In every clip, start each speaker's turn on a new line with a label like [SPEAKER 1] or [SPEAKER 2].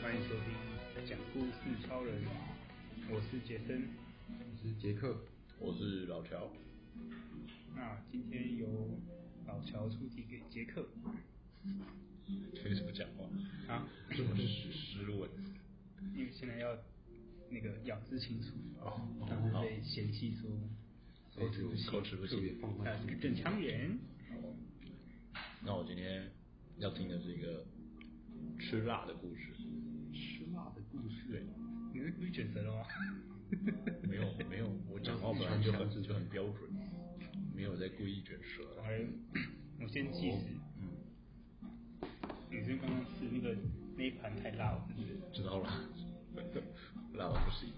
[SPEAKER 1] 欢迎收听讲故事超人，我是杰森。
[SPEAKER 2] 我是杰克，我是老乔。
[SPEAKER 1] 那今天由老乔出题给杰克
[SPEAKER 2] 你怎么讲话？
[SPEAKER 1] 啊，
[SPEAKER 2] 这么斯斯文？
[SPEAKER 1] 因为现在要那个咬字清楚，
[SPEAKER 2] 哦哦
[SPEAKER 1] 然后被嫌弃说呃口齿不清，
[SPEAKER 2] 口齿不清
[SPEAKER 1] 特别放慢他是个正常人。
[SPEAKER 2] 那我今天要听的是一个吃辣的故事。
[SPEAKER 1] 吃辣的故事，你是故意卷舌了吗？
[SPEAKER 2] 没有没有，我讲话本来就很就很标准，没有在故意卷舌
[SPEAKER 1] 我
[SPEAKER 2] 啦。
[SPEAKER 1] 还我先计时，
[SPEAKER 2] 嗯，
[SPEAKER 1] 你是刚刚吃那个那一盘太辣了，是不是？
[SPEAKER 2] 知道了，辣到不行，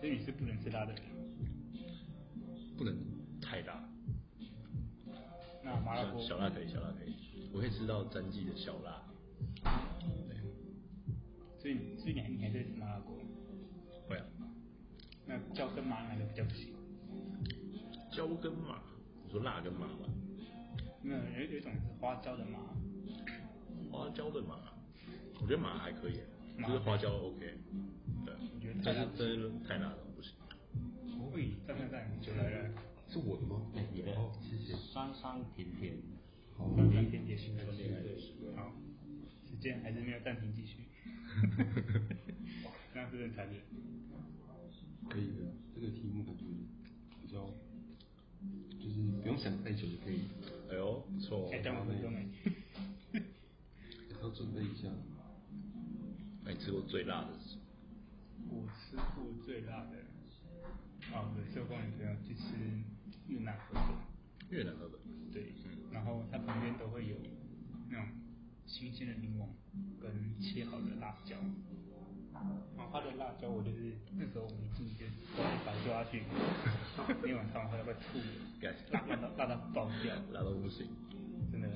[SPEAKER 1] 所以你是不能吃辣的人。
[SPEAKER 2] 不能太辣。
[SPEAKER 1] 那麻辣
[SPEAKER 2] 小
[SPEAKER 1] 锅
[SPEAKER 2] 小辣可以，小辣可以，我会吃到詹记的小辣。对，
[SPEAKER 1] 所以你所以你还你还在吃麻辣锅，
[SPEAKER 2] 会啊，
[SPEAKER 1] 那椒跟麻哪个比较不行？
[SPEAKER 2] 椒跟麻，你说辣跟麻吧，
[SPEAKER 1] 没有，有有一种是花椒的麻，
[SPEAKER 2] 花椒的麻，我觉得麻还可以，
[SPEAKER 1] 麻
[SPEAKER 2] 就是花椒 OK，对
[SPEAKER 1] 你觉得，太
[SPEAKER 2] 但
[SPEAKER 1] 辣
[SPEAKER 2] 是
[SPEAKER 1] 不行
[SPEAKER 2] 真是太辣了不行。
[SPEAKER 1] 喂，赞赞赞，酒来了，
[SPEAKER 3] 是我的吗？哎，你的，谢谢。
[SPEAKER 4] 酸酸甜甜，
[SPEAKER 3] 好，
[SPEAKER 1] 赞赞甜点心
[SPEAKER 2] 酸甜爱的习惯
[SPEAKER 1] 好，时间还是没有暂停继续，那是很残忍。
[SPEAKER 3] 可以的。这个题目感觉比较，就是不用想太久就可以，
[SPEAKER 2] 哎呦，不错哦
[SPEAKER 1] 哎，，等我分钟哎，
[SPEAKER 3] 要准备一下。
[SPEAKER 2] 哎那你吃过最辣的是什么？
[SPEAKER 1] 我吃过最辣的，哦，对，是我跟我女朋友去吃越南河粉，
[SPEAKER 2] 越南河粉，
[SPEAKER 1] 对，
[SPEAKER 2] 嗯
[SPEAKER 1] 然后它旁边都会有那种新鲜的柠檬跟切好的辣椒。然后它的辣椒，我就是那时候我们一进去就是 直接把它丢下去，那天晚上我要快吐了
[SPEAKER 2] 干，
[SPEAKER 1] 辣辣到辣到爆掉，
[SPEAKER 2] 辣到不行。
[SPEAKER 1] 真的。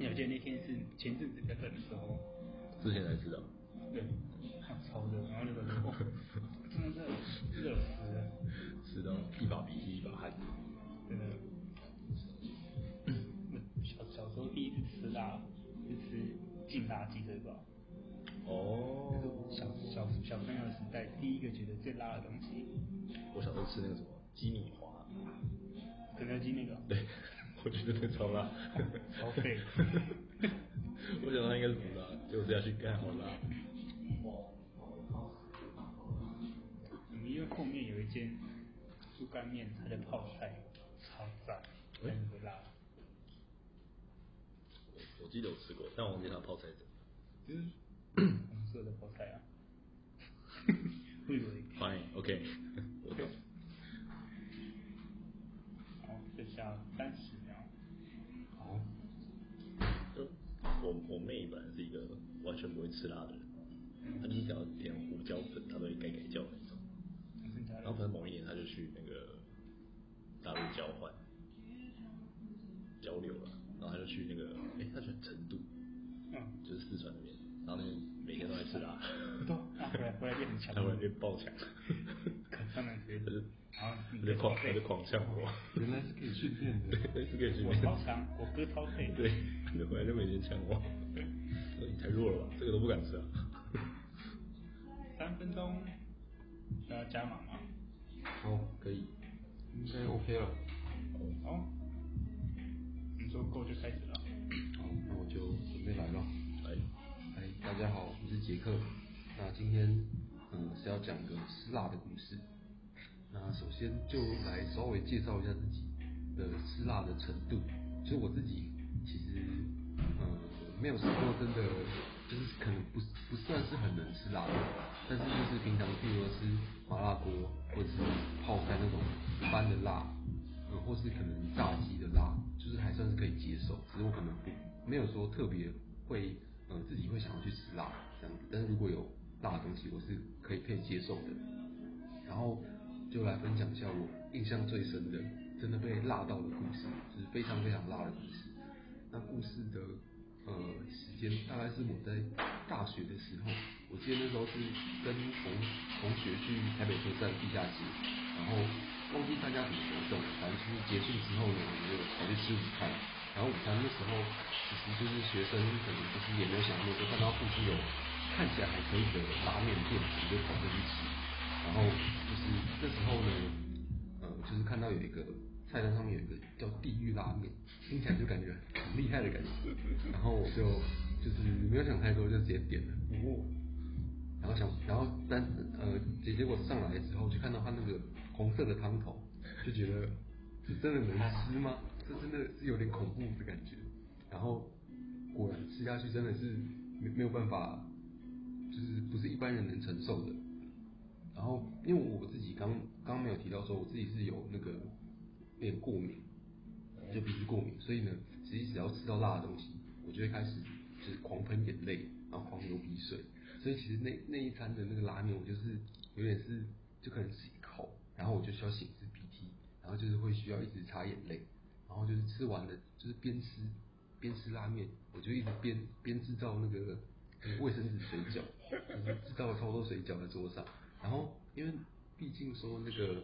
[SPEAKER 1] 因为我记得那天是前阵子比较冷的时候，
[SPEAKER 2] 之前才知道，
[SPEAKER 1] 对，啊超热，然后那个哦，真的热，热死了，
[SPEAKER 2] 吃到一把鼻涕一把汗。
[SPEAKER 1] 真的。
[SPEAKER 2] 嗯
[SPEAKER 1] 我小小时候第一次吃辣，是吃劲辣鸡腿堡，那是
[SPEAKER 2] 哦
[SPEAKER 1] 我，小小小朋友时代第一个觉得最辣的东西，
[SPEAKER 2] 我小时候吃那个什么鸡米花，
[SPEAKER 1] 肯德基那个，
[SPEAKER 2] 对， 我觉得那超辣，
[SPEAKER 1] 超废
[SPEAKER 2] 我想它应该是不辣，结果吃下去干好辣。
[SPEAKER 1] 我们因为后面有一间猪肝面，它的泡菜超赞，
[SPEAKER 2] 喂
[SPEAKER 1] 但是 不辣，
[SPEAKER 2] 我我记得我吃过，但我忘记它泡菜怎么。
[SPEAKER 1] 就是红色的泡菜啊，我以为。
[SPEAKER 2] Fine，OK，、我懂。
[SPEAKER 1] 好，剩下哦三十秒。
[SPEAKER 3] 好，
[SPEAKER 2] 就呃我我妹本来是一个完全不会吃辣的人，她就是想要点胡椒粉，她都会改改叫那种。
[SPEAKER 1] 剩下
[SPEAKER 2] 然后反正某一年她就去那个大陆交换交流了，然后她就去那个哎、她去成都，
[SPEAKER 1] 嗯，
[SPEAKER 2] 就是四川那边，然后那边每天都在吃辣，
[SPEAKER 1] 啊回来回来变很强
[SPEAKER 2] 她，回来就爆强，
[SPEAKER 1] 可上面学
[SPEAKER 2] 她就
[SPEAKER 1] 的。好，你
[SPEAKER 2] 她就狂她
[SPEAKER 1] 废
[SPEAKER 2] 就，狂呛我，
[SPEAKER 3] 原来是可以训练的。
[SPEAKER 2] 对，这个也是
[SPEAKER 1] 我超强，我哥超废。
[SPEAKER 2] 对，就回来就每天呛我，说你太弱了吧，这个都不敢吃啊。
[SPEAKER 1] 三分钟，需要加码吗？
[SPEAKER 3] 好，可以，应该 OK 了。
[SPEAKER 1] 好，你说够就开始了。
[SPEAKER 3] 好，那我就准备来了。
[SPEAKER 2] 哎，
[SPEAKER 3] 嗨，大家好，我是杰克。那今天嗯是要讲一个吃辣的故事。那首先就来稍微介绍一下自己的吃辣的程度。其实我自己其实嗯没有吃过真的，就是可能不不算是很能吃辣的，但是就是平常譬如说吃麻辣锅或者是泡菜那种一般的辣，嗯，或是可能炸鸡的辣，就是还算是可以接受，只是我可能不没有说特别会，呃，自己会想要去吃辣这样子。但是如果有辣的东西，我是可以可以接受的。然后就来分享一下我印象最深的，真的被辣到的故事，就是非常非常辣的故事。那故事的呃时间大概是我在大学的时候，我记得那时候是跟同同学去台北车站地下街，忘记大家怎么活动，反正就是结束之后呢，我们就跑去吃午餐。然后午餐那时候其实就是学生可能就是也没有想那么多，看到附近有看起来还可以的拉面店，我们就跑过去吃。然后就是那时候呢，呃，就是看到有一个菜单上面有一个叫地狱拉面，听起来就感觉很厉害的感觉。然后我就就是没有想太多，就直接点了。
[SPEAKER 1] 哦
[SPEAKER 3] 然后想，然后但呃，结结果上来之后就看到他那个红色的汤头，就觉得这真的能吃吗？这真的是有点恐怖的感觉。然后果然吃下去真的是没没有办法，就是不是一般人能承受的。然后因为我自己刚刚没有提到说我自己是有那个有点过敏，就鼻子过敏，所以呢，其实只要吃到辣的东西，我就会开始就是狂喷眼泪，然后狂流鼻水。所以其实那那一餐的那个拉面，我就是有点是就可能吃一口，然后我就需要擤一次鼻涕，然后就是会需要一直擦眼泪，然后就是吃完了就是边吃边吃拉面，我就一直边边制造那个呃卫生纸水饺，就是制造了超多水饺在桌上。然后因为毕竟说那个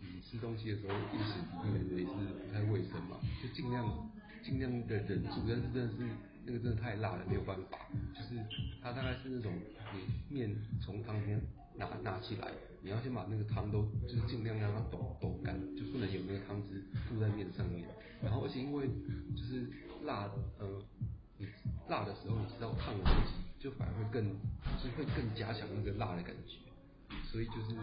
[SPEAKER 3] 嗯吃东西的时候一时不虑也是不太卫生嘛，就尽量尽量的忍住，但是真的是那个真的太辣了，没有办法。就是它大概是那种你面从汤里面拿拿起来，你要先把那个汤都就是尽量让它抖抖干，就不能有那个汤汁附在面上面。然后而且因为就是辣呃你辣的时候你吃到烫的东西，就反而会更就是会更加强那个辣的感觉。所以就是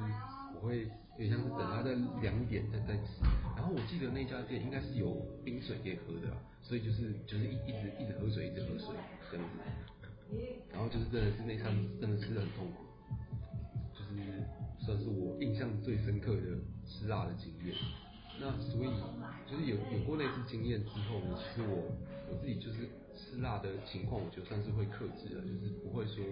[SPEAKER 3] 我会有点像是等它再凉一点再再吃。然后我记得那家店应该是有冰水可以喝的啊、所以就是就是一一直一直喝水，一直喝水这样子。然后就是真的是那餐真的吃的很痛苦，就是算是我印象最深刻的吃辣的经验。那所以就是有有过那次经验之后呢，其实我我自己就是吃辣的情况，我觉得算是会克制了，就是不会说，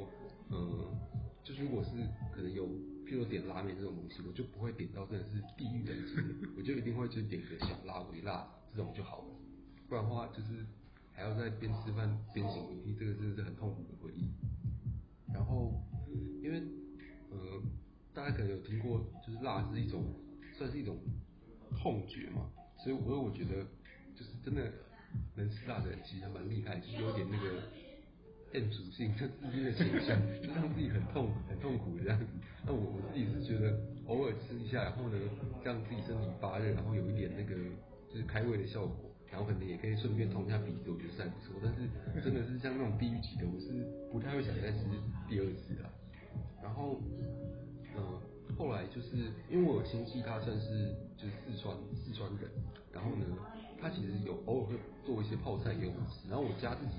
[SPEAKER 3] 嗯，就是如果是可能有，譬如说点拉面这种东西，我就不会点到真的是地狱等级的，我就一定会就点个小辣、微辣这种就好了，不然的话就是还要在边吃饭边擤鼻涕，这个真的是很痛苦的回忆。然后因为呃，大家可能有听过，就是辣是一种算是一种痛觉嘛，所以我我觉得就是真的能吃辣的人其实还蛮厉害，就是有点那个厌主性，就自虐倾向，就让自己很痛很痛苦的样子。那我我自己是觉得偶尔吃一下，然后呢让自己身体发热，然后有一点那个就是开胃的效果。然后可能也可以顺便通一下鼻子，我觉得是还不错。但是真的是像那种地狱级的，我是不太会想再吃第二次啊啦。然后，呃，后来就是因为我有亲戚，他算是就是四川四川人，然后呢，他其实有偶尔会做一些泡菜给我们吃。然后我家自己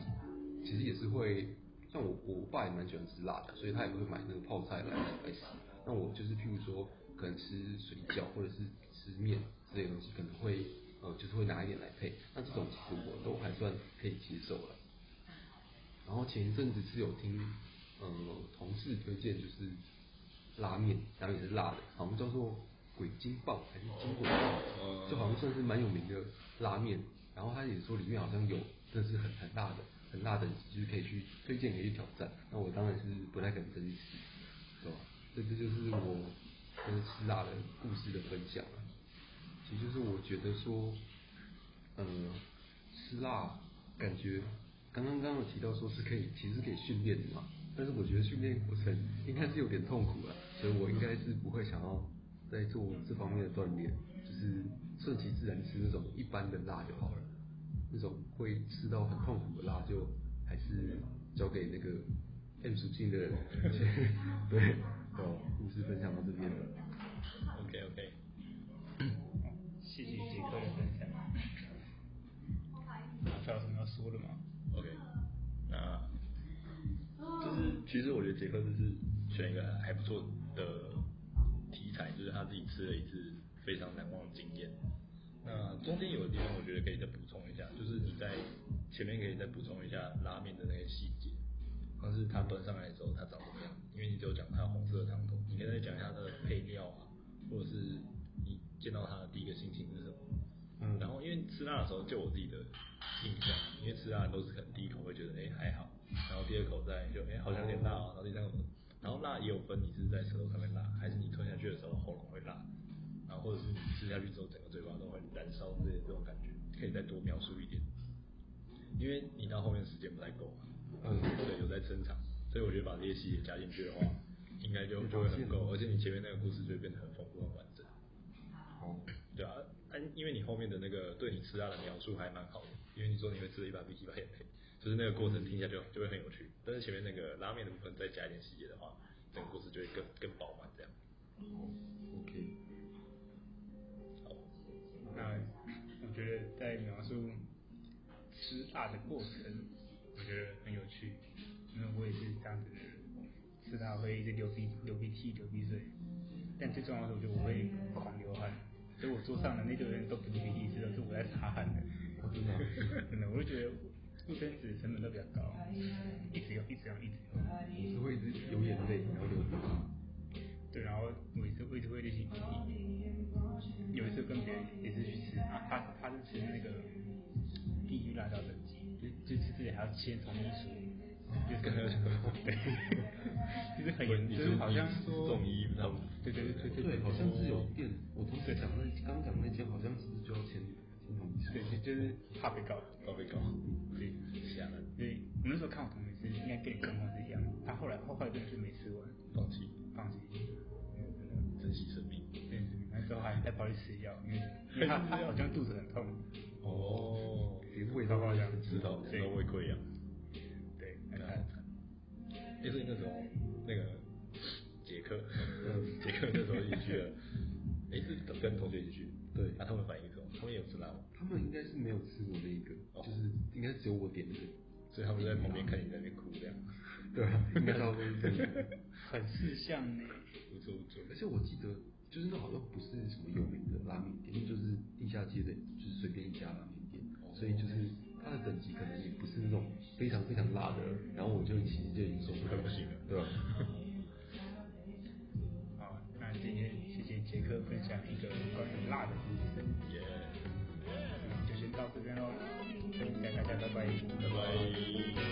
[SPEAKER 3] 其实也是会，像我我爸也蛮喜欢吃辣的，所以他也会买那个泡菜来来吃。那我就是譬如说，可能吃水饺或者是吃面之类的东西，可能会呃就是会拿一点来配。那这种其实我都还算可以接受了。然后前一阵子是有听呃同事推荐，就是拉面，然后也是辣的，好像叫做鬼金棒还是金鬼棒，就好像算是蛮有名的拉面。然后他也说里面好像有真的是很很辣的，很辣的，就是可以去推荐可以去挑战。那我当然是不太可能真去吃，对吧？这这就是我跟吃辣的故事的分享啊了。其实就是我觉得说，呃，吃辣感觉刚刚刚有提到说是可以，其实是可以训练的嘛。但是我觉得训练过程应该是有点痛苦啊，所以我应该是不会想要再做这方面的锻炼，就是顺其自然吃那种一般的辣就好了。那种会吃到很痛苦的辣，就还是交给那个 M 属性的 人。对，哦，故事分享到这边了。
[SPEAKER 2] OK OK，
[SPEAKER 1] 好谢谢杰克的分享。还有什么要说的吗？
[SPEAKER 2] OK，那就是其实我觉得杰克就是选一个还不错的题材，就是他自己吃了一次非常难忘的经验。那中间有的地方我觉得可以再补充一下，就是你在前面可以再补充一下拉面的那个细节，像是它端上来的时候它长什么样，因为你只有讲它红色的汤头，你可以再讲一下它的配料啊，或者是你见到它的第一个心情是什么。
[SPEAKER 3] 嗯
[SPEAKER 2] 然后因为吃辣的时候，就我自己的印象，因为吃辣都是可能第一口会觉得哎、还好，然后第二口再就哎、好像有点辣哦，然后第三口，然后辣也有分你是在舌头上面辣，还是你吞下去的时候喉咙会辣，然后或或者是你吃下去之后整个嘴巴都会燃烧之类的这种感觉，可以再多描述一点，因为你到后面时间不太够嘛，
[SPEAKER 3] 嗯
[SPEAKER 2] 对，有在增长，所以我觉得把这些细节加进去的话，应该就就会很够，而且你前面那个故事就会变得很丰富、很完整，
[SPEAKER 3] 好，
[SPEAKER 2] 对啊，但因为你后面的那个对你吃辣的描述还蛮好的，因为你说你会吃一把比一把眼泪，就是那个过程听起来就就会很有趣，但是前面那个拉面的部分再加一点细节的话，整个故事就会更更饱满这样。
[SPEAKER 3] 好，OK，哦
[SPEAKER 2] 好，
[SPEAKER 1] 那我觉得在描述吃辣的过程，我觉得很有趣，因为我也是这样子的人，吃辣会一直流鼻流鼻涕、流鼻水，但最重要的是，我觉得我会狂流汗，所以我桌上的那堆人都不是鼻涕，吃的是我在擦汗的，
[SPEAKER 3] 真的啊
[SPEAKER 1] 真的，我就觉得卫生纸成本都比较高，一直用，一直用，一直用。
[SPEAKER 3] 我是会一直流眼泪，然后流鼻涕，
[SPEAKER 1] 对，然后我也是我也是会练习笔译。有一次跟别人也是去吃啊，他他是吃那个地狱辣椒等级，就就吃之前还要先从医书，就是跟 对，就是很严，
[SPEAKER 2] 你
[SPEAKER 1] 就是好像
[SPEAKER 2] 是
[SPEAKER 1] 说
[SPEAKER 2] 中医，他们
[SPEAKER 1] 对对对对
[SPEAKER 3] 对，好像是有店，我同时讲那刚讲那间好像是不是就要签签同意书
[SPEAKER 1] 对，就就是怕被告，
[SPEAKER 2] 高被高，
[SPEAKER 1] 对，
[SPEAKER 2] 吓人，
[SPEAKER 1] 所以我那时候看我同学是应该跟你状况是一样，他后来后来真的是没吃完，
[SPEAKER 2] 放弃，
[SPEAKER 1] 放弃，没有真的。
[SPEAKER 2] 珍惜生命。
[SPEAKER 1] 对，那时候还还跑去吃药，因为因为他他好像肚子很痛，
[SPEAKER 2] 哦，
[SPEAKER 3] 连味道都想
[SPEAKER 2] 知道，知道胃溃疡。
[SPEAKER 1] 对，
[SPEAKER 2] 那
[SPEAKER 1] 很
[SPEAKER 2] 个
[SPEAKER 1] 惨。
[SPEAKER 2] 哎，所以那时候那个杰克， 杰克那时候一起去了，哎，是跟同学一起去，啊
[SPEAKER 3] 对
[SPEAKER 2] 那他们反应是什么？他们也有吃辣吗？
[SPEAKER 3] 他们应该是没有吃我那一个，
[SPEAKER 2] 哦
[SPEAKER 3] 就是应该只有我点的，
[SPEAKER 2] 所以他们在旁边看你在那边哭这样，
[SPEAKER 3] 对啊，应该差不多是这样。
[SPEAKER 1] 很事项呢。
[SPEAKER 2] 不错不错。
[SPEAKER 3] 而且我记得，就是那好像不是什么有名的拉面店，就是地下街的，就是随便一家拉面店，所以就是它的等级可能也不是那种非常非常辣的，然后我就其实就已经受不了
[SPEAKER 2] 快不行了
[SPEAKER 3] 对吧？
[SPEAKER 1] 好，啊那今天谢谢杰克分享一个关于辣的故事，
[SPEAKER 2] 耶，
[SPEAKER 1] 就先到这边喽，大家拜拜。
[SPEAKER 2] 拜拜。